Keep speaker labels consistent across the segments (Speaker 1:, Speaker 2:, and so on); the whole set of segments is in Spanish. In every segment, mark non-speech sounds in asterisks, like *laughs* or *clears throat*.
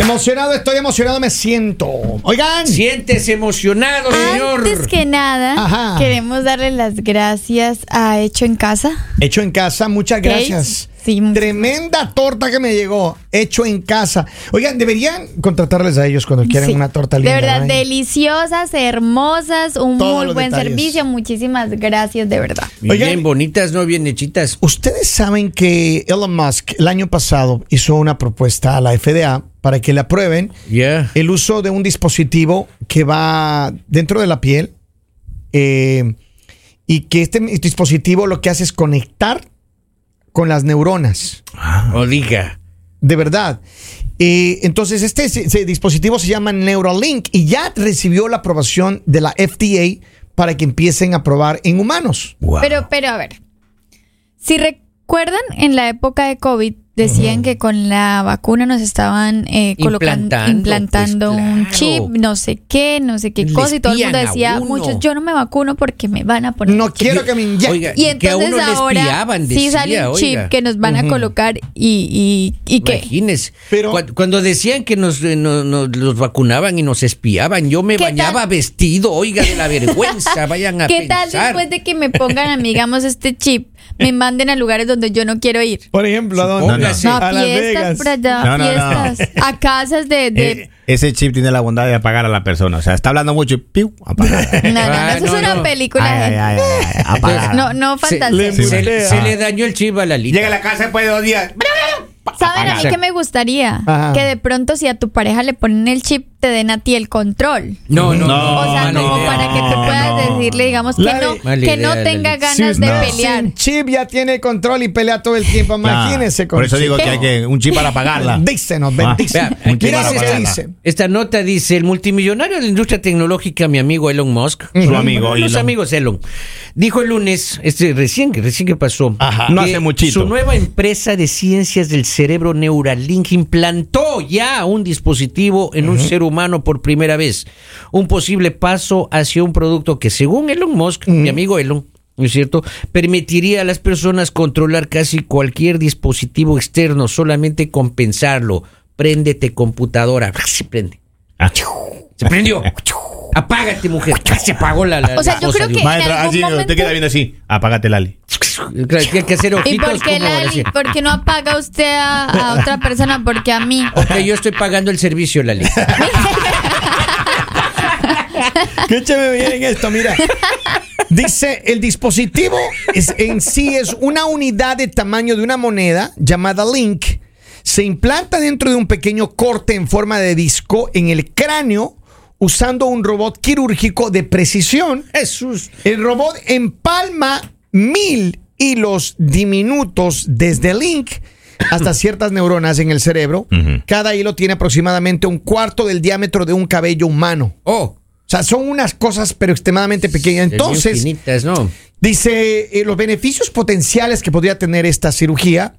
Speaker 1: Emocionado, estoy emocionado, me siento. Oigan,
Speaker 2: Siéntese emocionado, señor.
Speaker 3: Antes que nada,
Speaker 1: Ajá.
Speaker 3: queremos darle las gracias a Hecho en Casa.
Speaker 1: hecho en casa, muchas
Speaker 3: Cakes,
Speaker 1: gracias.
Speaker 3: sí, muchas
Speaker 1: Tremenda torta que me llegó, hecho en casa. Oigan, deberían contratarles a ellos cuando quieran
Speaker 3: Sí.
Speaker 1: una torta linda. ¿eh?
Speaker 3: De verdad,
Speaker 1: ¿verdad?
Speaker 3: deliciosas, hermosas, un
Speaker 1: Todos
Speaker 3: muy
Speaker 1: los
Speaker 3: buen
Speaker 1: detalles.
Speaker 3: servicio. Muchísimas gracias, de verdad.
Speaker 2: Bien
Speaker 1: Oigan.
Speaker 2: bonitas, no bien hechitas.
Speaker 1: Ustedes saben que Elon Musk el año pasado hizo una propuesta a la FDA para que le aprueben
Speaker 2: Ya.
Speaker 1: el uso de un dispositivo que va dentro de la piel eh, y que este dispositivo lo que hace es conectar con las neuronas.
Speaker 2: O diga.
Speaker 1: De verdad. Eh, entonces, este se- se- dispositivo se llama Neuralink y ya recibió la aprobación de la FDA para que empiecen a probar en humanos.
Speaker 3: Pero, pero, a ver. Si recuerdan, en la época de COVID decían que con la vacuna nos estaban eh, colocando,
Speaker 2: Implantando,
Speaker 3: implantando
Speaker 2: pues,
Speaker 3: un
Speaker 2: claro.
Speaker 3: chip, no sé qué, no sé qué
Speaker 2: Le
Speaker 3: cosa. Y todo el
Speaker 2: espían
Speaker 3: mundo
Speaker 2: a
Speaker 3: decía,
Speaker 2: uno.
Speaker 3: muchos, yo no me vacuno porque me van a poner.
Speaker 1: No
Speaker 3: el chip".
Speaker 1: quiero que me inyecten.
Speaker 2: Oiga,
Speaker 3: Y
Speaker 2: que a
Speaker 3: entonces
Speaker 2: uno le
Speaker 3: ahora
Speaker 2: espiaban,
Speaker 3: sí
Speaker 2: decía,
Speaker 3: sale un chip
Speaker 2: oiga.
Speaker 3: que nos van a colocar y, y, y que
Speaker 2: Imagínese.
Speaker 1: Pero-
Speaker 2: Cuan- cuando, decían que nos, eh, no- nos los vacunaban y nos espiaban, yo me
Speaker 3: ¿Qué
Speaker 2: bañaba
Speaker 3: tal?
Speaker 2: vestido, oiga, de la
Speaker 3: *laughs*
Speaker 2: vergüenza, vayan a
Speaker 3: ¿Qué tal
Speaker 2: pensar.
Speaker 3: después de que me pongan, amigamos, este chip? Me manden a lugares donde yo no quiero ir.
Speaker 1: Por ejemplo, ¿a dónde?
Speaker 2: Supóngase.
Speaker 3: No,
Speaker 1: A
Speaker 3: a
Speaker 1: Las
Speaker 3: fiestas
Speaker 1: Vegas.
Speaker 3: por allá,
Speaker 4: No, no, no.
Speaker 3: fiestas. A casas de. de-
Speaker 4: E- ese chip tiene la bondad de apagar a la persona. O sea, está hablando mucho y ¡piu! apagar.
Speaker 3: *laughs* No, no, no,
Speaker 2: Ah,
Speaker 3: eso
Speaker 2: no,
Speaker 3: es una
Speaker 2: no.
Speaker 3: película.
Speaker 4: Ay, ay,
Speaker 3: gente.
Speaker 4: ay, Ah. ay, ay, apagar.
Speaker 3: No, no
Speaker 2: Se,
Speaker 3: fantasía.
Speaker 2: se- se le,
Speaker 1: Lembulea.
Speaker 2: dañó el chivo a la lita.
Speaker 4: Llega a la casa después de dos días.
Speaker 3: ¿Saben a mí
Speaker 4: Sí.
Speaker 3: que me gustaría?
Speaker 1: Ajá.
Speaker 3: Que de pronto, si a tu pareja le ponen el chip, te den a ti el control.
Speaker 2: No, no, no.
Speaker 4: No,
Speaker 3: o sea,
Speaker 2: mala
Speaker 3: como
Speaker 2: idea.
Speaker 3: para que tú
Speaker 4: no,
Speaker 3: puedas
Speaker 4: no.
Speaker 3: decirle, digamos,
Speaker 1: Lali.
Speaker 3: que no,
Speaker 2: Mala
Speaker 3: que no
Speaker 2: idea,
Speaker 3: tenga
Speaker 2: Lali.
Speaker 3: ganas
Speaker 1: Si
Speaker 3: de
Speaker 1: usted
Speaker 3: pelear.
Speaker 1: sin chip ya tiene control y pelea todo el tiempo. Imagínese
Speaker 4: Nah,
Speaker 1: con
Speaker 4: Por eso
Speaker 1: chip.
Speaker 4: digo que hay que un chip para apagarla. Ah,
Speaker 1: Bendícenos, bendícenos.
Speaker 2: Vea,
Speaker 4: Un
Speaker 2: aquí
Speaker 4: chip
Speaker 1: Mira
Speaker 4: para
Speaker 2: dice
Speaker 1: lo que
Speaker 4: apagarla.
Speaker 1: dice.
Speaker 2: Esta nota dice, el multimillonario de la industria tecnológica, mi amigo Elon Musk,
Speaker 4: Su amigo
Speaker 2: los
Speaker 4: Elon.
Speaker 2: amigos Elon, dijo el lunes, este recién, recién que pasó,
Speaker 4: Ajá,
Speaker 2: que
Speaker 4: no hace muchito.
Speaker 2: su nueva empresa de ciencias del cerebro Neuralink implantó ya un dispositivo en un ser humano por primera vez, un posible paso hacia un producto que según Elon Musk, mi amigo Elon, ¿no es cierto? Permitiría a las personas controlar casi cualquier dispositivo externo, solamente compensarlo. Préndete computadora. *laughs* Se prende.
Speaker 4: Ah.
Speaker 2: Se prendió. Apágate,
Speaker 4: *laughs*
Speaker 2: mujer. Se apagó la, la
Speaker 3: O sea,
Speaker 2: la
Speaker 3: yo
Speaker 2: cosa,
Speaker 3: creo
Speaker 2: Dios.
Speaker 3: que-
Speaker 4: Maestra,
Speaker 3: algún
Speaker 4: así,
Speaker 3: momento-
Speaker 4: ah, usted queda viendo así. Apágate, Lali.
Speaker 2: Claro, tiene que
Speaker 3: *laughs*
Speaker 2: hacer
Speaker 3: ¿Y
Speaker 2: ojitos
Speaker 3: por qué,
Speaker 2: como
Speaker 3: Lali?
Speaker 2: decía.
Speaker 3: ¿Por qué no apaga usted a,
Speaker 2: *laughs*
Speaker 3: a otra persona? Porque a mí.
Speaker 2: Porque yo estoy pagando el servicio,
Speaker 1: *laughs*
Speaker 2: Lali.
Speaker 1: Escúchame bien en esto, mira. Dice, el dispositivo es- en sí es una unidad de tamaño de una moneda llamada Link. Se implanta dentro de un pequeño corte en forma de disco en el cráneo usando un robot quirúrgico de precisión.
Speaker 2: Jesús.
Speaker 1: El robot empalma mil hilos diminutos desde el Link hasta ciertas neuronas en el cerebro.
Speaker 4: Ujú.
Speaker 1: Cada hilo tiene aproximadamente un cuarto del diámetro de un cabello humano.
Speaker 2: Oh.
Speaker 1: O sea, son unas cosas, pero extremadamente pequeñas. Entonces,
Speaker 2: Infinitas, ¿no?
Speaker 1: dice eh, los beneficios potenciales que podría tener esta cirugía.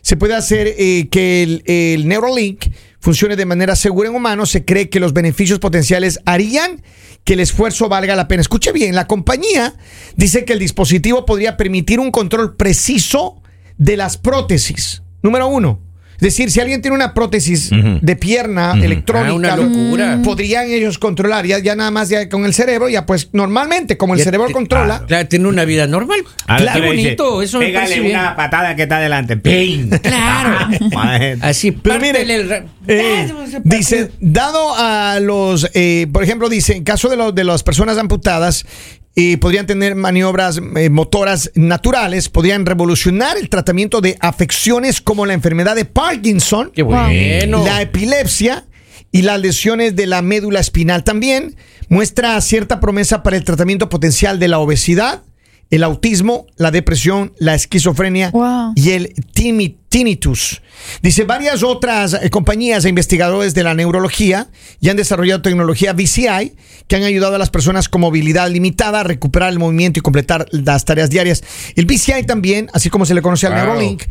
Speaker 1: Se puede hacer eh, que el, el Neuralink funcione de manera segura en humanos. Se cree que los beneficios potenciales harían que el esfuerzo valga la pena. Escuche bien, la compañía dice que el dispositivo podría permitir un control preciso de las prótesis. Número uno. Es decir, si alguien tiene una prótesis
Speaker 4: Ujú.
Speaker 1: de pierna
Speaker 4: Ujú.
Speaker 1: electrónica,
Speaker 2: Ah, una locura.
Speaker 1: lo- podrían ellos controlar. Ya, ya nada más ya con el cerebro, ya pues normalmente, como el
Speaker 2: Ya
Speaker 1: cerebro
Speaker 2: te-
Speaker 1: controla,
Speaker 2: Claro, tiene una vida normal.
Speaker 4: *laughs* Ahora
Speaker 2: Claro,
Speaker 4: tú le dices,
Speaker 2: bonito. Eso me
Speaker 4: Pégale
Speaker 2: parece
Speaker 4: una
Speaker 2: bien.
Speaker 4: patada que está adelante. ¡Ping! Ah, Claro.
Speaker 2: Así,
Speaker 1: Pero mire,
Speaker 2: pártele el ra-
Speaker 1: eh, dice, dado a los, eh, por ejemplo, dice, en caso de, lo- de las personas amputadas, y podrían tener maniobras eh, motoras naturales, podrían revolucionar el tratamiento de afecciones como la enfermedad de Parkinson,
Speaker 2: Qué bueno.
Speaker 1: la epilepsia y las lesiones de la médula espinal. También muestra cierta promesa para el tratamiento potencial de la obesidad, el autismo, la depresión, la esquizofrenia
Speaker 3: Wow.
Speaker 1: y el timi- tinnitus. Dice, varias otras eh, compañías e investigadores de la neurología ya han desarrollado tecnología VCI que han ayudado a las personas con movilidad limitada a recuperar el movimiento y completar las tareas diarias. El VCI también, así como se le conoce al
Speaker 2: Wow.
Speaker 1: Neuralink,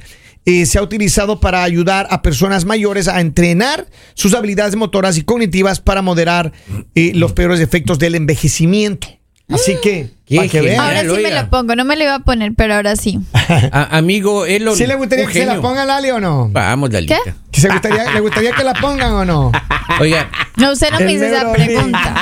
Speaker 1: eh, se ha utilizado para ayudar a personas mayores a entrenar sus
Speaker 2: Mm.
Speaker 1: habilidades motoras y cognitivas para moderar eh, los peores efectos del envejecimiento. Así que,
Speaker 2: Qué
Speaker 1: para que
Speaker 2: genial.
Speaker 1: vean.
Speaker 3: Ahora
Speaker 2: Eh, Míralo,
Speaker 3: sí me
Speaker 2: oiga.
Speaker 3: la pongo, no me la iba a poner, pero ahora sí.
Speaker 2: A- amigo Elon.
Speaker 1: ¿Sí le gustaría
Speaker 2: un
Speaker 1: que se la
Speaker 2: genio.
Speaker 1: ponga Lali o no?
Speaker 2: Vamos, Lalita.
Speaker 3: ¿Qué?
Speaker 1: ¿Que se gustaría- ¿Le gustaría que la pongan o
Speaker 2: *laughs*
Speaker 1: no?
Speaker 2: Oiga,
Speaker 3: No, usted no
Speaker 1: El
Speaker 3: me hizo esa
Speaker 1: Neurolink.
Speaker 3: pregunta.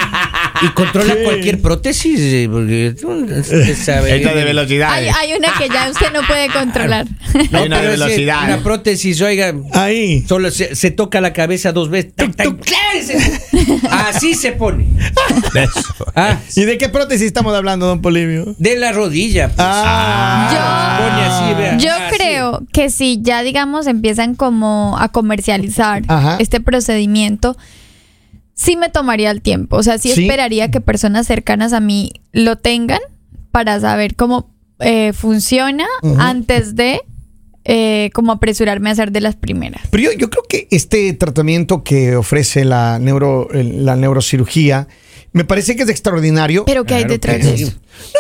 Speaker 2: y controla cualquier prótesis, eh, porque
Speaker 1: *laughs*
Speaker 2: tú usted sabe.
Speaker 4: Esto de velocidad.
Speaker 3: Hay, hay una que ya usted no puede
Speaker 2: *laughs*
Speaker 3: controlar.
Speaker 2: No,
Speaker 4: Hay
Speaker 2: pero
Speaker 4: una de
Speaker 2: es que
Speaker 4: velocidad.
Speaker 2: Una prótesis, oiga,
Speaker 1: Ahí.
Speaker 2: solo se, se toca la cabeza dos veces. ¡Tac, tac! ¡Clárese! Así se pone.
Speaker 4: *laughs*
Speaker 2: Ah,
Speaker 1: ¿Y de qué prótesis estamos hablando, don Polivio?
Speaker 2: de la rodilla. pues.
Speaker 1: Ah.
Speaker 2: Se pone así, vea.
Speaker 3: Yo
Speaker 2: Ah, sí.
Speaker 3: creo que si ya, digamos, empiezan como a comercializar
Speaker 1: Ajá.
Speaker 3: este procedimiento, sí me tomaría el tiempo. O sea, sí,
Speaker 1: Sí.
Speaker 3: esperaría que personas cercanas a mí lo tengan para saber cómo eh, funciona antes de eh, como apresurarme a hacer de las primeras.
Speaker 1: Pero yo, yo creo que este tratamiento que ofrece la, neuro, el- la neurocirugía me parece que es extraordinario.
Speaker 3: Pero ¿qué hay
Speaker 2: Claro
Speaker 3: detrás
Speaker 2: que
Speaker 3: de
Speaker 2: sí.
Speaker 3: eso?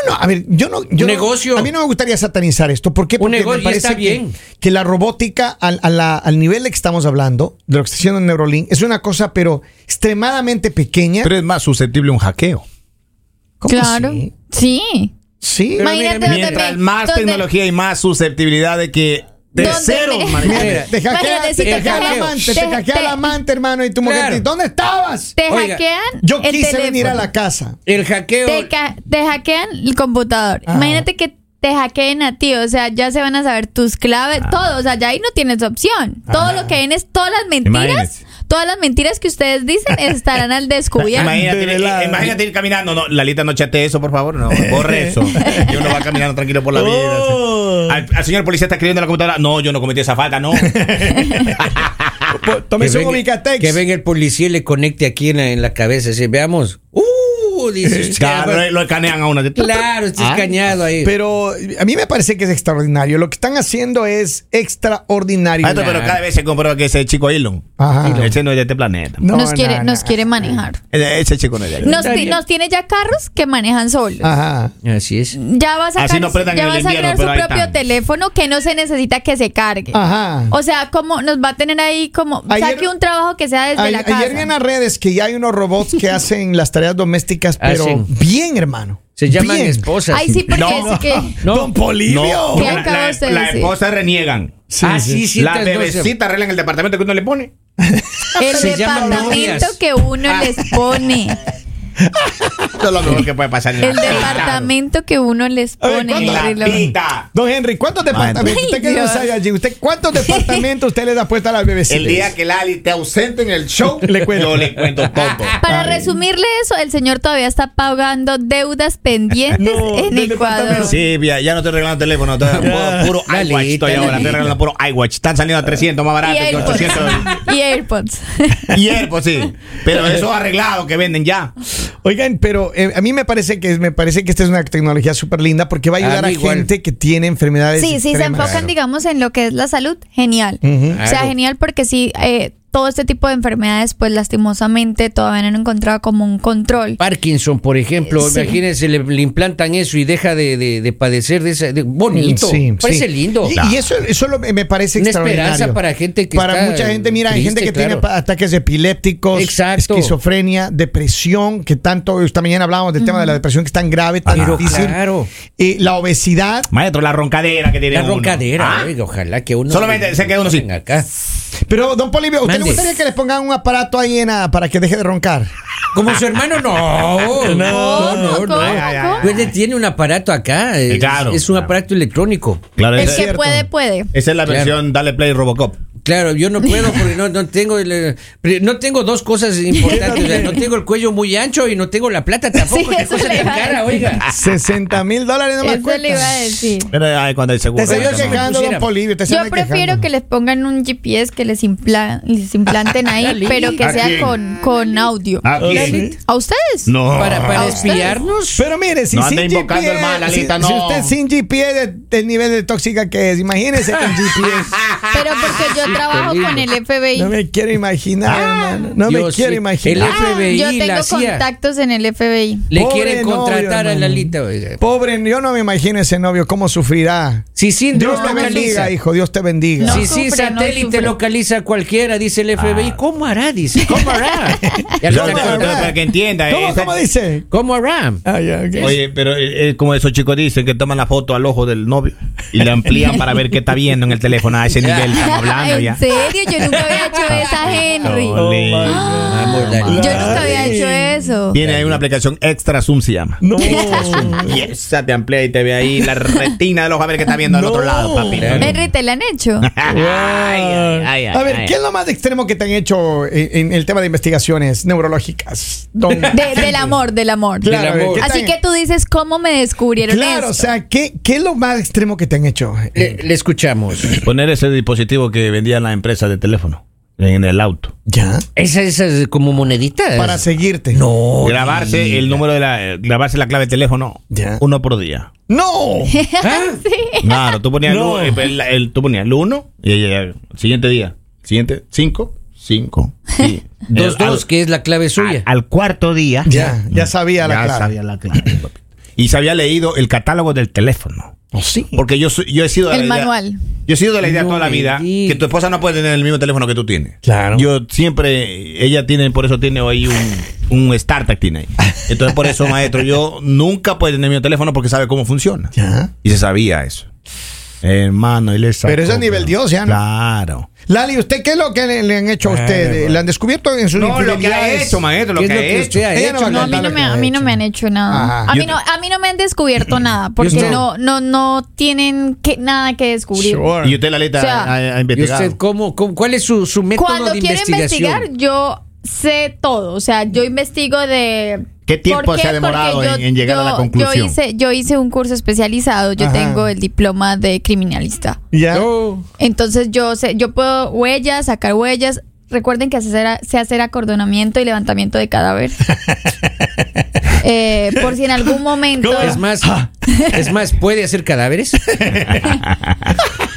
Speaker 1: no, no, a ver, yo no. yo no-
Speaker 2: negocio.
Speaker 1: a mí no me gustaría satanizar esto. ¿Por qué?
Speaker 2: Un negocio,
Speaker 1: me
Speaker 2: y
Speaker 1: parece
Speaker 2: está
Speaker 1: que-
Speaker 2: bien.
Speaker 1: Que, la robótica, al, a la- al nivel de que estamos hablando, de lo que está haciendo Neurolink, es una cosa, pero extremadamente pequeña.
Speaker 4: Pero es más susceptible a un hackeo.
Speaker 1: ¿Cómo
Speaker 3: Claro.
Speaker 1: sí?
Speaker 3: Sí.
Speaker 1: Sí.
Speaker 3: Pero Imagínate
Speaker 2: mira,
Speaker 3: donde
Speaker 4: Mientras
Speaker 3: me-
Speaker 4: más
Speaker 3: donde-
Speaker 4: tecnología y más susceptibilidad de que. De
Speaker 3: ¿Dónde
Speaker 4: cero,
Speaker 3: me- *laughs*
Speaker 4: María.
Speaker 2: Mira,
Speaker 1: Te hackea,
Speaker 3: Imagínate,
Speaker 1: te
Speaker 3: si
Speaker 2: te
Speaker 1: hackea la
Speaker 2: hackean-
Speaker 1: amante,
Speaker 3: te-
Speaker 1: te hackea
Speaker 3: te-
Speaker 1: la amante, hermano, y tu mujer
Speaker 2: Claro.
Speaker 1: te dice, ¿dónde estabas?
Speaker 3: Te
Speaker 2: Oiga,
Speaker 3: hackean
Speaker 1: Yo
Speaker 3: el
Speaker 1: quise venir a
Speaker 3: teléfono.
Speaker 1: la casa.
Speaker 2: El hackeo.
Speaker 3: te, ca- te hackean el computador.
Speaker 1: Ajá.
Speaker 3: Imagínate que te hackeen a ti, o sea, ya se van a saber tus claves,
Speaker 4: Ah.
Speaker 3: todo, o sea, ya ahí no tienes opción. Todo lo que ven es todas las mentiras,
Speaker 4: Imagínese.
Speaker 3: todas las mentiras que ustedes
Speaker 4: *laughs*
Speaker 3: dicen estarán al descubierto.
Speaker 4: Imagínate,
Speaker 1: Develada.
Speaker 4: eh, imagínate ir caminando. No, Lalita, no chatee eso, por
Speaker 1: *laughs*
Speaker 4: favor. No, borre eso. Y uno va caminando tranquilo por la vida.
Speaker 1: Oh.
Speaker 4: Al, al señor policía está escribiendo en la computadora. No, yo no cometí esa
Speaker 1: *laughs*
Speaker 4: falta, no.
Speaker 1: Tome su
Speaker 2: venga-
Speaker 1: ubicatex.
Speaker 2: que venga el policía y le conecte aquí en la, en la cabeza. Así, veamos. ¡Uh! Dice
Speaker 4: *laughs*
Speaker 2: usted,
Speaker 4: Claro,
Speaker 2: bueno,
Speaker 4: lo escanean a una.
Speaker 2: claro, está
Speaker 4: Ah.
Speaker 2: escañado ahí.
Speaker 1: Pero a mí me parece que es extraordinario. Lo que están haciendo es extraordinario.
Speaker 4: Ah, esto, pero cada vez se comprueba que ese chico Elon.
Speaker 1: Ajá.
Speaker 4: Elon, Ese no es de este planeta.
Speaker 1: No,
Speaker 3: nos
Speaker 1: no,
Speaker 3: quiere,
Speaker 1: no.
Speaker 3: nos quiere manejar.
Speaker 4: Ese ese chico no es de este
Speaker 3: Nos, ti- nos tiene ya carros que manejan solos.
Speaker 1: Ajá.
Speaker 2: Así es.
Speaker 3: Ya va a sacar,
Speaker 4: Así no apretan
Speaker 3: ya
Speaker 4: en el
Speaker 3: va a sacar
Speaker 4: invierno,
Speaker 3: su
Speaker 4: pero ahí
Speaker 3: propio
Speaker 4: están.
Speaker 3: teléfono que no se necesita que se cargue.
Speaker 1: Ajá.
Speaker 3: O sea, como nos va a tener ahí como
Speaker 1: Ayer-
Speaker 3: saque un trabajo que sea desde
Speaker 1: Ayer,
Speaker 3: la casa.
Speaker 1: ayer vi en las redes que ya hay unos robots que hacen las tareas domésticas, pero
Speaker 2: Hacen.
Speaker 1: bien, hermano.
Speaker 2: Se llaman
Speaker 1: Bien.
Speaker 2: esposas.
Speaker 3: Ahí
Speaker 4: *laughs*
Speaker 3: sí pues, porque
Speaker 4: No,
Speaker 3: es que
Speaker 2: No.
Speaker 1: Don Polivio.
Speaker 4: No,
Speaker 3: ¿Qué
Speaker 4: la,
Speaker 3: acaba
Speaker 4: la-
Speaker 3: usted de
Speaker 4: la
Speaker 3: decir?
Speaker 4: esposa reniegan.
Speaker 2: Ah, sí, sí.
Speaker 4: la
Speaker 2: entonces, no se-
Speaker 4: bebecita arreglan el departamento que uno le pone.
Speaker 3: el
Speaker 2: Se llaman
Speaker 3: departamento
Speaker 2: novias.
Speaker 3: que uno
Speaker 2: Ah.
Speaker 3: les pone,
Speaker 2: *laughs*
Speaker 4: Esto es lo mejor que puede pasar en la
Speaker 3: el
Speaker 4: vida.
Speaker 3: departamento que uno les
Speaker 1: Ay,
Speaker 3: pone.
Speaker 1: ¿cuándo?
Speaker 4: La
Speaker 3: Henry Lawrence.
Speaker 4: vida.
Speaker 1: Don Henry, ¿cuántos departamentos?
Speaker 3: Ay,
Speaker 1: Usted que no
Speaker 3: Dios.
Speaker 1: sabe allí, ¿usted cuántos departamentos usted le da puesta a la BBC?
Speaker 4: El día que Lali te ausente en el show,
Speaker 1: Le cuento.
Speaker 4: yo *laughs* le cuento todo.
Speaker 3: *laughs* Para resumirle eso, el señor todavía está pagando deudas pendientes
Speaker 1: No,
Speaker 3: en
Speaker 1: del
Speaker 3: Ecuador.
Speaker 1: departamento.
Speaker 4: Sí, ya, ya no estoy regalando teléfono, estoy puro, puro
Speaker 2: Lalita,
Speaker 4: iWatch. Estoy ahora, estoy
Speaker 2: Lalita.
Speaker 4: regalando puro iWatch. Están saliendo a 300 más
Speaker 3: Y
Speaker 4: barato que
Speaker 3: AirPods. *laughs*
Speaker 4: 800.
Speaker 3: Y AirPods.
Speaker 4: *laughs* Y Airpods, sí. Pero esos arreglados que venden ya.
Speaker 1: Oigan, pero eh, a mí me parece que me parece que esta es una tecnología súper linda porque va a ayudar
Speaker 2: A
Speaker 1: a,
Speaker 2: mí igual.
Speaker 1: gente que tiene enfermedades.
Speaker 3: Sí, sí, se
Speaker 1: extremas.
Speaker 3: enfocan, digamos, en lo que es la salud, genial.
Speaker 1: Ujú.
Speaker 3: O sea,
Speaker 2: Mm, Claro.
Speaker 3: genial porque sí, eh, todo este tipo de enfermedades, pues lastimosamente todavía no han encontrado como un control.
Speaker 2: Parkinson, por ejemplo,
Speaker 3: Sí.
Speaker 2: imagínense, le, le implantan eso y deja de, de- de padecer de esa. de- bonito,
Speaker 1: Sí,
Speaker 2: parece
Speaker 1: sí.
Speaker 2: lindo.
Speaker 1: Y, y eso, eso lo- me parece
Speaker 2: Una
Speaker 1: extraordinario.
Speaker 2: esperanza para gente que
Speaker 1: Para
Speaker 2: está
Speaker 1: mucha gente, mira, hay gente que
Speaker 2: triste,
Speaker 1: tiene
Speaker 2: claro.
Speaker 1: pa- ataques epilépticos,
Speaker 2: Exacto.
Speaker 1: esquizofrenia, depresión, que tanto, esta mañana hablábamos del tema de la depresión que es tan grave, tan
Speaker 2: Pero
Speaker 1: difícil.
Speaker 2: Ah, claro.
Speaker 1: Eh, la obesidad.
Speaker 4: Maestro, la roncadera que tiene
Speaker 2: La
Speaker 4: uno.
Speaker 2: roncadera,
Speaker 4: Ah,
Speaker 2: oiga, ojalá que uno.
Speaker 4: Solamente se queda uno así.
Speaker 2: Acá.
Speaker 1: Pero, don Polivio, ¿a ¿usted
Speaker 2: Mande.
Speaker 1: le gustaría que le pongan un aparato ahí en a- para que deje de
Speaker 2: *laughs*
Speaker 1: roncar?
Speaker 2: Como su hermano, no.
Speaker 3: ¿Cómo?
Speaker 2: no,
Speaker 3: ¿Cómo?
Speaker 2: no.
Speaker 3: ¿Cómo?
Speaker 2: Pues, tiene un aparato acá. Es,
Speaker 4: Claro.
Speaker 2: es un aparato electrónico.
Speaker 4: Claro,
Speaker 3: El
Speaker 4: esa,
Speaker 3: que
Speaker 1: cierto.
Speaker 3: puede, puede.
Speaker 4: esa es la
Speaker 2: Claro.
Speaker 4: versión Dale Play Robocop.
Speaker 2: Claro, yo no puedo porque no, no tengo el, eh, pri- no tengo dos
Speaker 3: *laughs*
Speaker 2: cosas importantes. o sea, no tengo el cuello muy ancho y no tengo la plata tampoco.
Speaker 3: Sí,
Speaker 2: qué
Speaker 3: eso
Speaker 2: cosa
Speaker 3: le
Speaker 2: tan
Speaker 3: iba a
Speaker 2: cara,
Speaker 3: decir.
Speaker 2: oiga.
Speaker 1: 60 mil dólares no me
Speaker 3: Eso le iba a
Speaker 1: cuesta.
Speaker 3: decir.
Speaker 4: Pero ay, cuando el seguro.
Speaker 1: Te salió
Speaker 4: no, no.
Speaker 1: quejando, don
Speaker 2: pusiera.
Speaker 1: Polivio. te
Speaker 3: Yo
Speaker 1: salió
Speaker 3: prefiero
Speaker 1: quejando.
Speaker 3: que les pongan un GPS que les, impla- les implanten ahí, pero que
Speaker 4: ¿A
Speaker 3: sea
Speaker 4: quién?
Speaker 3: con, con audio.
Speaker 4: ¿A quién?
Speaker 1: Lalita.
Speaker 3: ¿A ustedes?
Speaker 4: Ah, No.
Speaker 2: Para,
Speaker 4: *laughs*
Speaker 2: para
Speaker 3: ¿A ustedes?
Speaker 2: espiarnos.
Speaker 1: Pero mire, si
Speaker 4: No
Speaker 1: sin
Speaker 4: anda invocando
Speaker 1: GPS,
Speaker 4: el mal,
Speaker 1: si-
Speaker 4: Lalita,
Speaker 1: si,
Speaker 3: *laughs*
Speaker 4: no.
Speaker 1: usted sin GPS, el nivel de tóxica que es, imagínese con GPS.
Speaker 3: Pero porque yo trabajo
Speaker 2: lindo.
Speaker 3: con el FBI.
Speaker 1: No me quiero imaginar,
Speaker 3: Ah.
Speaker 1: hermano. No
Speaker 2: yo
Speaker 1: me quiero
Speaker 2: sí.
Speaker 1: imaginar.
Speaker 2: El FBI,
Speaker 3: yo
Speaker 2: la
Speaker 3: tengo
Speaker 2: CIA.
Speaker 3: contactos en el FBI.
Speaker 2: Le
Speaker 1: Pobre
Speaker 2: quieren
Speaker 1: novio,
Speaker 2: contratar a
Speaker 1: hermano.
Speaker 2: Lalita. oiga.
Speaker 1: Pobre, yo no me imagino ese novio, cómo sufrirá.
Speaker 2: Si sin
Speaker 1: Dios te bendiga,
Speaker 2: localiza.
Speaker 1: hijo, Dios te bendiga.
Speaker 3: No.
Speaker 2: si sin
Speaker 3: sufre, no
Speaker 2: satélite
Speaker 3: sufre.
Speaker 2: localiza a cualquiera, dice el FBI. ¿Cómo hará? Dice. ¿Cómo hará? Ya lo
Speaker 4: No,
Speaker 2: está
Speaker 4: no,
Speaker 2: contando.
Speaker 4: no, para que entienda,
Speaker 1: ¿Cómo,
Speaker 4: eh,
Speaker 1: cómo
Speaker 4: esa-
Speaker 1: dice?
Speaker 2: ¿Cómo hará?
Speaker 1: Ah, ya, ok.
Speaker 4: Oye, pero eh, eh, como esos chicos dicen que toman la foto al ojo del novio y la amplían para ver qué está viendo en el teléfono. A ese nivel estamos hablando
Speaker 2: *laughs*
Speaker 3: *laughs*
Speaker 4: ya.
Speaker 3: ¿En serio? Yo nunca había hecho esa, Henry.
Speaker 4: Oh, my God.
Speaker 2: Vamos, Lalita.
Speaker 3: Yo nunca había hecho eso.
Speaker 4: Tiene ahí una aplicación extra Zoom se llama.
Speaker 1: No.
Speaker 2: Ah.
Speaker 4: Y esa te amplía y te ve ahí la retina del ojo a ver qué está viendo al
Speaker 1: No.
Speaker 4: otro lado, papi.
Speaker 2: Claro.
Speaker 3: Henry, ¿te la han hecho?
Speaker 1: a ver, ¿qué es lo más extremo que te han hecho en, en el tema de investigaciones neurológicas? Don-
Speaker 3: De- del amor, del amor.
Speaker 1: Claro,
Speaker 2: Del
Speaker 1: a ver,
Speaker 2: amor.
Speaker 1: ¿qué
Speaker 3: Así
Speaker 1: tan-
Speaker 3: que tú dices, ¿cómo me descubrieron
Speaker 1: Claro, o
Speaker 3: esto?
Speaker 1: sea, ¿qué, ¿qué es lo más extremo que te han hecho?
Speaker 2: Le, le escuchamos.
Speaker 4: Poner ese dispositivo que vendían las empresas de teléfono en el auto.
Speaker 1: ¿Ya?
Speaker 2: Esa, esa es como moneditas.
Speaker 1: Para seguirte.
Speaker 2: No.
Speaker 4: grabarse
Speaker 2: tía. *laughs*
Speaker 4: el número de la eh, grabarse la clave de teléfono
Speaker 1: Ya.
Speaker 4: uno por día.
Speaker 1: ¡No!
Speaker 2: ¿Ah?
Speaker 4: Claro, tú
Speaker 1: *laughs*
Speaker 4: ponías
Speaker 1: No.
Speaker 4: el, el- el- tú ponías el uno y el, el siguiente día, siguiente cinco,
Speaker 1: *laughs*
Speaker 4: cinco. y
Speaker 2: Dos,
Speaker 4: el- al-
Speaker 2: dos, que es la
Speaker 4: Ah,
Speaker 2: clave suya.
Speaker 4: al, al cuarto día
Speaker 1: *laughs* Ya, *laughs* ya sabía la
Speaker 4: ya
Speaker 1: clave.
Speaker 4: sabía la clave, papito. Y se había leído el catálogo del teléfono.
Speaker 1: Oh, sí.
Speaker 4: Porque yo, soy- yo he sido de
Speaker 3: El
Speaker 4: la idea-
Speaker 3: manual.
Speaker 4: yo he sido de la idea
Speaker 2: No
Speaker 4: toda la
Speaker 2: me
Speaker 4: vida
Speaker 2: digas.
Speaker 4: que tu esposa no puede tener el mismo teléfono que tú tienes.
Speaker 1: Claro.
Speaker 4: Yo siempre, ella tiene, por eso tiene ahí un, un startup tiene ahí. Entonces por eso, maestro, yo nunca puede tener mi teléfono porque sabe cómo funciona.
Speaker 1: Ya.
Speaker 4: Y se sabía eso. Hermano, y le sacó,
Speaker 1: Pero es a nivel Dios, ya, ¿no?
Speaker 4: Claro.
Speaker 1: Lali, ¿usted qué es lo que le, le han hecho a usted? ¿Le han descubierto en sus
Speaker 4: No, lo que ha
Speaker 1: infidelidades?
Speaker 4: hecho, maestro, lo
Speaker 2: ¿Qué
Speaker 4: que
Speaker 2: es lo
Speaker 4: ha
Speaker 2: que
Speaker 4: hecho.
Speaker 2: usted ha
Speaker 1: Ella no
Speaker 2: hecho?
Speaker 3: No, a mí
Speaker 1: Contar
Speaker 3: no
Speaker 1: lo
Speaker 3: me,
Speaker 1: que
Speaker 3: a
Speaker 1: me
Speaker 3: mí
Speaker 1: ha
Speaker 3: no me han hecho nada.
Speaker 1: Ajá.
Speaker 3: A mí,
Speaker 4: Yo
Speaker 3: no, a mí no me han
Speaker 4: *clears throat*
Speaker 3: descubierto nada,
Speaker 2: usted?
Speaker 3: porque no, no, no tienen que, nada que descubrir.
Speaker 1: Sure.
Speaker 4: Y usted, la letra
Speaker 3: O sea,
Speaker 4: ha, ha
Speaker 2: ¿Y
Speaker 4: investigado.
Speaker 2: usted cómo, cómo- cuál es su, su método
Speaker 3: Cuando
Speaker 2: de
Speaker 3: quiero
Speaker 2: investigación?
Speaker 3: investigar, yo sé todo. O sea, yo investigo de.
Speaker 4: ¿Qué tiempo
Speaker 3: ¿Por qué?
Speaker 4: se ha demorado
Speaker 3: Porque
Speaker 4: en- en llegar a la
Speaker 3: Yo
Speaker 4: conclusión?
Speaker 3: hice, yo hice un curso especializado. Yo
Speaker 1: Ajá.
Speaker 3: tengo el diploma de criminalista.
Speaker 1: Ya.
Speaker 2: No.
Speaker 3: Entonces yo sé, yo puedo huellas, sacar huellas. Recuerden que se hacer, se hacer acordonamiento y levantamiento de
Speaker 4: *laughs*
Speaker 3: cadáver. Eh, por si en algún momento.
Speaker 2: Es más,
Speaker 4: Ah.
Speaker 2: es más, ¿puede hacer cadáveres?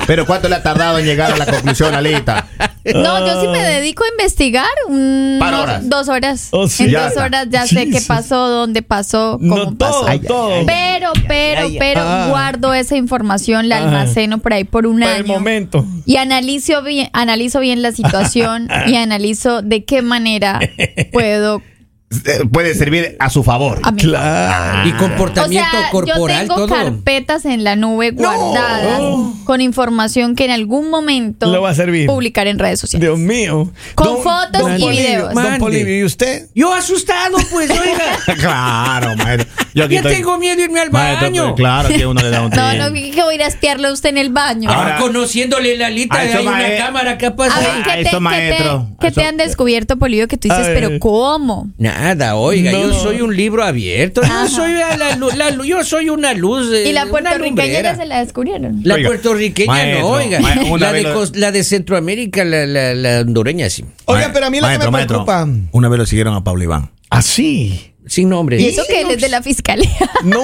Speaker 4: Pero ¿cuánto le ha tardado en llegar a la
Speaker 3: *laughs*
Speaker 4: conclusión, Alita?
Speaker 3: No, yo sí me dedico a investigar un-
Speaker 4: Par
Speaker 3: unos-
Speaker 4: horas.
Speaker 3: dos horas.
Speaker 1: Ah. Oh, sí.
Speaker 3: En
Speaker 4: Ya
Speaker 3: dos
Speaker 4: está.
Speaker 3: horas ya sé qué
Speaker 1: Jesus.
Speaker 3: pasó, dónde pasó, cómo
Speaker 1: No,
Speaker 3: pasó.
Speaker 1: todo, todo.
Speaker 3: Pero, pero, pero
Speaker 1: Ah.
Speaker 3: guardo esa información, la almaceno por ahí por un
Speaker 1: Para el
Speaker 3: año.
Speaker 1: momento.
Speaker 3: Y analizo bien, analizo bien
Speaker 1: *laughs*
Speaker 3: la situación y analizo de qué manera puedo
Speaker 4: Eh, Puede servir a su favor.
Speaker 3: a mi-
Speaker 4: Ah.
Speaker 1: Claro.
Speaker 2: y
Speaker 3: O sea,
Speaker 2: comportamiento corporal,
Speaker 3: yo
Speaker 2: todo.
Speaker 3: tengo carpetas en la nube guardadas con información que en algún momento
Speaker 1: Oh. Le va a servir.
Speaker 3: publicar en redes sociales.
Speaker 1: Dios mío.
Speaker 3: Con fotos y
Speaker 1: Polibio,
Speaker 3: videos.
Speaker 1: Don
Speaker 2: Mande.
Speaker 1: Polibio, ¿y usted?
Speaker 2: Yo asustado,
Speaker 4: *laughs*
Speaker 2: pues, oiga.
Speaker 4: claro, maestro. Yo aquí
Speaker 2: ya
Speaker 4: estoy-
Speaker 2: tengo miedo de irme al
Speaker 4: Maestro,
Speaker 2: baño.
Speaker 4: pues, claro que uno le da un
Speaker 3: No,
Speaker 4: tiro.
Speaker 3: no, que que voy a ir a espiarlo a usted en el baño.
Speaker 2: Ahora,
Speaker 4: Ahora-
Speaker 2: Ah, conociéndole la lita,
Speaker 4: A eso, eh.
Speaker 2: hay una
Speaker 4: mae-
Speaker 2: cámara capaz.
Speaker 3: a
Speaker 2: de-
Speaker 3: ver,
Speaker 4: a
Speaker 3: ¿qué
Speaker 4: Ah, eso,
Speaker 3: te, qué te,
Speaker 4: maestro.
Speaker 3: qué te
Speaker 4: Eso-
Speaker 3: han descubierto, Polivio, que tú dices,
Speaker 1: A ver.
Speaker 3: pero cómo?
Speaker 2: Nada, oiga, yo soy un libro abierto. Yo soy, la, lu- la lu- yo soy una luz. eh,
Speaker 3: Y la
Speaker 2: una
Speaker 3: puertorriqueña
Speaker 2: lumbrera.
Speaker 3: ya se la descubrieron.
Speaker 2: La
Speaker 4: Oiga,
Speaker 2: puertorriqueña
Speaker 4: maestro,
Speaker 2: no, oiga.
Speaker 4: ma- una
Speaker 2: la, de
Speaker 4: vez lo-
Speaker 2: cos- la de Centroamérica, la, la- la hondureña, sí.
Speaker 1: Oiga, pero a mí lo que
Speaker 4: Maestro,
Speaker 1: me
Speaker 4: maestro,
Speaker 1: preocupa. Ah,
Speaker 4: Una vez lo siguieron a Pablo Iván.
Speaker 1: Así.
Speaker 2: Sin nombre.
Speaker 3: Y eso que él es de la
Speaker 2: *laughs*
Speaker 3: fiscalía.
Speaker 1: No.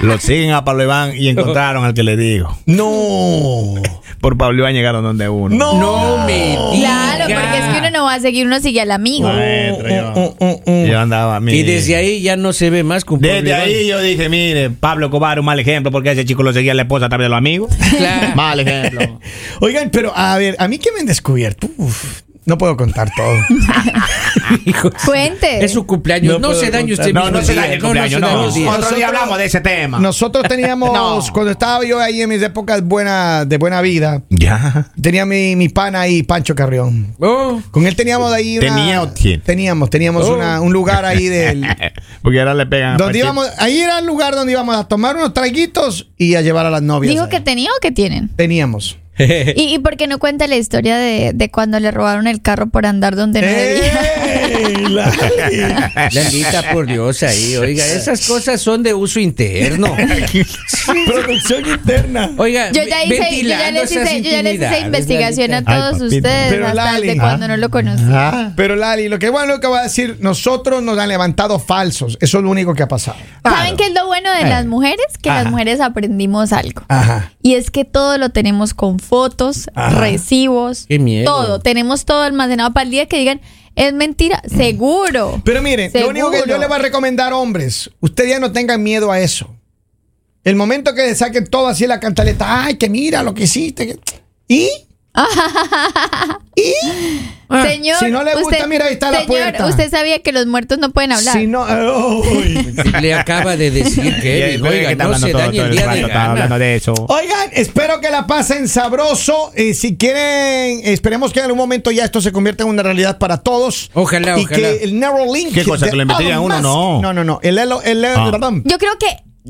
Speaker 4: Lo siguen a Pablo Iván y encontraron al que le digo.
Speaker 1: No.
Speaker 4: Por Pablo Iván llegaron donde uno.
Speaker 1: No.
Speaker 2: No me diga.
Speaker 3: Claro, porque es que uno no va a seguir, uno sigue al amigo.
Speaker 4: Maestro, yo,
Speaker 1: Oh, oh, oh, oh.
Speaker 4: yo andaba a mí.
Speaker 2: Y desde ahí ya no se ve más con Pablo
Speaker 4: Desde
Speaker 2: Iván.
Speaker 4: ahí yo dije, mire, Pablo Cobar un mal ejemplo porque a ese chico lo seguía la esposa también de los amigos.
Speaker 2: Claro.
Speaker 4: *laughs* Mal ejemplo.
Speaker 1: Oigan, pero a ver, ¿a mí qué me han descubierto? Uf, no puedo contar todo.
Speaker 2: Hijo,
Speaker 3: Cuente.
Speaker 2: Es su cumpleaños.
Speaker 1: No
Speaker 2: No,
Speaker 1: puedo
Speaker 2: se dañe
Speaker 1: contar.
Speaker 2: usted
Speaker 4: No,
Speaker 2: mismo
Speaker 4: no se
Speaker 2: día.
Speaker 4: dañe el cumpleaños,
Speaker 2: se
Speaker 4: no.
Speaker 2: dañe el día.
Speaker 4: *laughs* Otro día hablamos de ese tema. *laughs*
Speaker 1: Nosotros teníamos,
Speaker 4: No.
Speaker 1: cuando estaba yo ahí en mis épocas buenas, de buena vida,
Speaker 4: Ya.
Speaker 1: tenía mi, mi pana ahí, Pancho Carrión.
Speaker 2: Oh,
Speaker 4: *laughs*
Speaker 1: Con él teníamos de ahí una-
Speaker 4: ¿Tenía o Ah, tiene?
Speaker 1: Teníamos, teníamos
Speaker 2: Oh.
Speaker 1: una- un lugar ahí
Speaker 4: *laughs*
Speaker 1: del...
Speaker 4: *laughs* Porque ahora le pegan. a
Speaker 1: donde
Speaker 4: partir- *laughs*
Speaker 1: íbamos, ahí era el lugar donde íbamos a tomar unos traguitos y a llevar a las novias.
Speaker 3: ¿Dijo
Speaker 1: ahí.
Speaker 3: que tenía o que tienen?
Speaker 1: teníamos.
Speaker 3: ¿Y, y por qué no cuenta la historia de, de cuando le robaron el carro por andar donde no
Speaker 2: Eh,
Speaker 3: debía?
Speaker 1: ¡Ey, Lali!
Speaker 2: Lalita, por Dios,
Speaker 4: *laughs*
Speaker 2: ahí, oiga, esas cosas son de uso interno.
Speaker 1: Producción interna.
Speaker 2: Oiga,
Speaker 3: *laughs* Yo ya, hice, yo, ya les hice, yo ya les hice investigación a
Speaker 4: Ay,
Speaker 3: todos
Speaker 4: papito.
Speaker 3: ustedes
Speaker 1: Pero
Speaker 3: hasta
Speaker 1: Lali.
Speaker 3: de cuando
Speaker 1: Ah.
Speaker 3: no lo conocí.
Speaker 1: Pero Lali, lo que bueno lo que voy a decir, nosotros nos han levantado falsos. Eso es lo único que ha pasado.
Speaker 3: ¿Saben
Speaker 2: Eh,
Speaker 3: qué es lo bueno de las mujeres? Que las mujeres aprendimos algo.
Speaker 1: Ajá.
Speaker 3: Y es que todo lo tenemos con fotos, recibos,
Speaker 2: Qué miedo.
Speaker 3: todo. Tenemos todo almacenado para el día que digan, es mentira, seguro.
Speaker 1: Mm. Pero miren, lo
Speaker 3: Seguro.
Speaker 1: único que yo le voy a recomendar, hombres, ustedes ya no tengan miedo a eso. El momento que le saquen todo así la cantaleta, ay, que mira lo que hiciste. que- ¿Y? ¿Y?
Speaker 3: Ah, Señor,
Speaker 1: Ah, si no le gusta, mira, ahí está la
Speaker 3: señor,
Speaker 1: puerta.
Speaker 3: usted sabía que los muertos no pueden hablar.
Speaker 1: Si no, *laughs* uy.
Speaker 2: Le acaba de decir
Speaker 4: *laughs* Ya,
Speaker 2: que,
Speaker 4: espera, que
Speaker 2: oiga,
Speaker 4: está
Speaker 2: no
Speaker 4: hablando
Speaker 2: se
Speaker 4: todo-
Speaker 2: dañe
Speaker 4: todo
Speaker 2: el
Speaker 4: el
Speaker 2: día
Speaker 4: rato,
Speaker 2: de
Speaker 4: estaba hablando
Speaker 2: gana.
Speaker 4: de eso.
Speaker 1: Oigan, espero que la pasen sabroso. Eh, si quieren, esperemos que en algún momento ya esto se convierta en una realidad para todos.
Speaker 2: Ojalá,
Speaker 1: y
Speaker 2: ojalá.
Speaker 1: que el Neuralink.
Speaker 4: ¿Qué cosa,
Speaker 1: de
Speaker 4: que lo invitarían a
Speaker 1: Elon
Speaker 4: uno?
Speaker 1: Musk-
Speaker 4: No.
Speaker 1: No, no, no. El, Elo- el, Elo-
Speaker 4: Ah.
Speaker 1: perdón.
Speaker 3: Yo creo que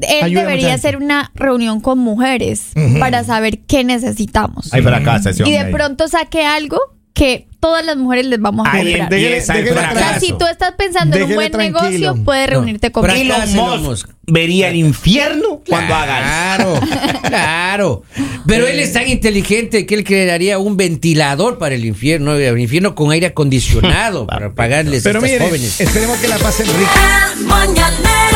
Speaker 3: él
Speaker 1: Ayuda mucha
Speaker 3: debería
Speaker 1: gente.
Speaker 3: hacer una reunión con mujeres para saber qué necesitamos.
Speaker 4: Ahí para casa,
Speaker 3: y
Speaker 4: ese hombre
Speaker 3: de
Speaker 4: ahí.
Speaker 3: pronto saque algo que todas las mujeres les vamos a
Speaker 4: Ahí
Speaker 3: comprar.
Speaker 1: déjele-
Speaker 4: empieza el
Speaker 1: déjele
Speaker 3: O sea,
Speaker 1: atrás.
Speaker 4: fracaso.
Speaker 3: si tú estás pensando en un
Speaker 1: Déjele
Speaker 3: buen
Speaker 1: tranquilo.
Speaker 3: negocio, puedes reunirte
Speaker 2: Pero
Speaker 3: conmigo.
Speaker 2: acá se lo mos-
Speaker 4: Vería el infierno cuando haga
Speaker 2: Claro,
Speaker 1: *laughs*
Speaker 2: claro. Pero él es tan inteligente que él crearía un ventilador para el infierno, el infierno
Speaker 1: *laughs*
Speaker 2: con aire acondicionado para pagarles a
Speaker 1: Pero
Speaker 2: estas
Speaker 1: miren,
Speaker 2: jóvenes.
Speaker 1: esperemos que la pasen rico.
Speaker 5: El mañanero